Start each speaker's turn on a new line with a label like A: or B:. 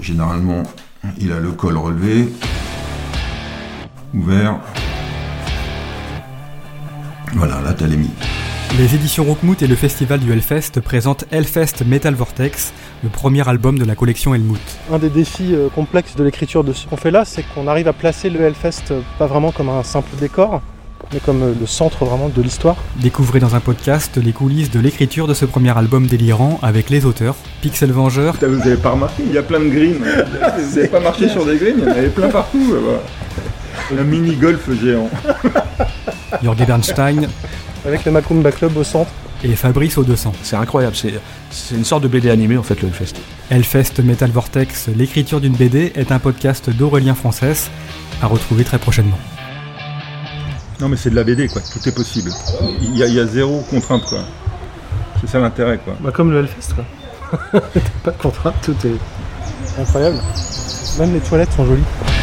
A: Généralement, il a le col relevé, ouvert. Voilà, là, t'as les mis.
B: Les éditions Rockmouth et le festival du Hellfest présentent Hellfest Metal Vortex, le premier album de la collection Helmut.
C: Un des défis euh, complexes de l'écriture de ce qu'on fait là, c'est qu'on arrive à placer le Hellfest euh, pas vraiment comme un simple décor, mais comme euh, le centre vraiment de l'histoire.
B: Découvrez dans un podcast les coulisses de l'écriture de ce premier album délirant avec les auteurs Pixel Vengeur,
D: Putain, vous avez pas remarqué, il y a plein de greens. Vous avez pas marché sur des greens, il y en avait plein partout. là-bas. Un mini golf géant.
B: Jorge Bernstein
C: Avec le Macumba Club au centre,
B: et Fabrice Audescent.
E: C'est incroyable, c'est c'est une sorte de BD animé en fait le Hellfest.
B: Hellfest Metal Vortex, l'écriture d'une BD est un podcast d'Aurélien Frances à retrouver très prochainement.
D: Non, mais c'est de la BD, quoi. Tout est possible. Il y a, il y a zéro contrainte, quoi. C'est ça l'intérêt, quoi.
F: Bah, comme le Hellfest, quoi. T'as pas de contrainte, tout est.
C: incroyable. Même les toilettes sont jolies.